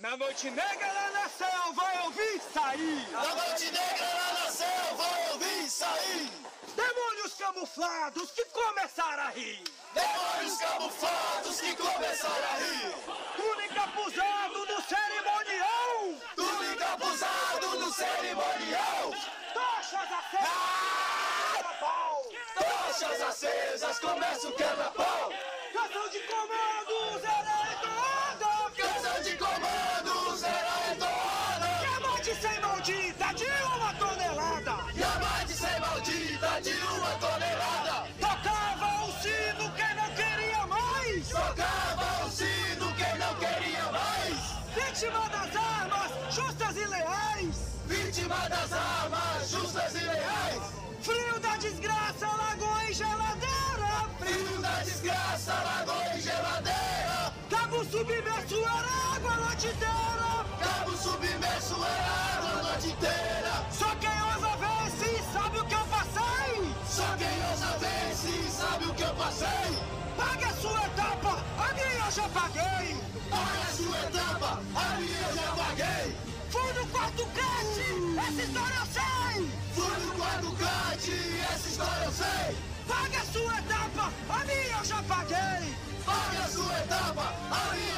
Na noite negra na nação vai ouvir sair! Na noite negra na nação vai ouvir sair! Demônios camuflados que começaram a rir! Demônios camuflados que começaram a rir! Tudo encapuzado no cerimonial! Tudo encapuzado no cerimonial! Tochas acesas! Tochas acesas, começa o carnaval! Canção de comandos era entoada! Canção de comandos era entoada! Que a morte sem maldita de uma tonelada! E a mais de ser maldita de uma tonelada! Tocava o sino quem não queria mais! Tocava o sino quem não queria mais! Vítima das armas justas e leais! Vítima das armas justas e leais! Frio da desgraça, lagoa e geladeira! Frio da desgraça, lagoa e geladeira! Cabo um submerso era água a noite inteira! Cabo submerso era água a noite inteira! Só quem ousa ver se sabe o que eu passei! Só quem ousa vence sabe o que eu passei! Pague a sua etapa, a minha eu já paguei! Olha a sua etapa, a minha eu já paguei! Fui no quarto cast, essa história eu sei! Fui no quarto grande, essa história eu sei! Pague a sua etapa, a minha eu já paguei! Olha a sua etapa, a minha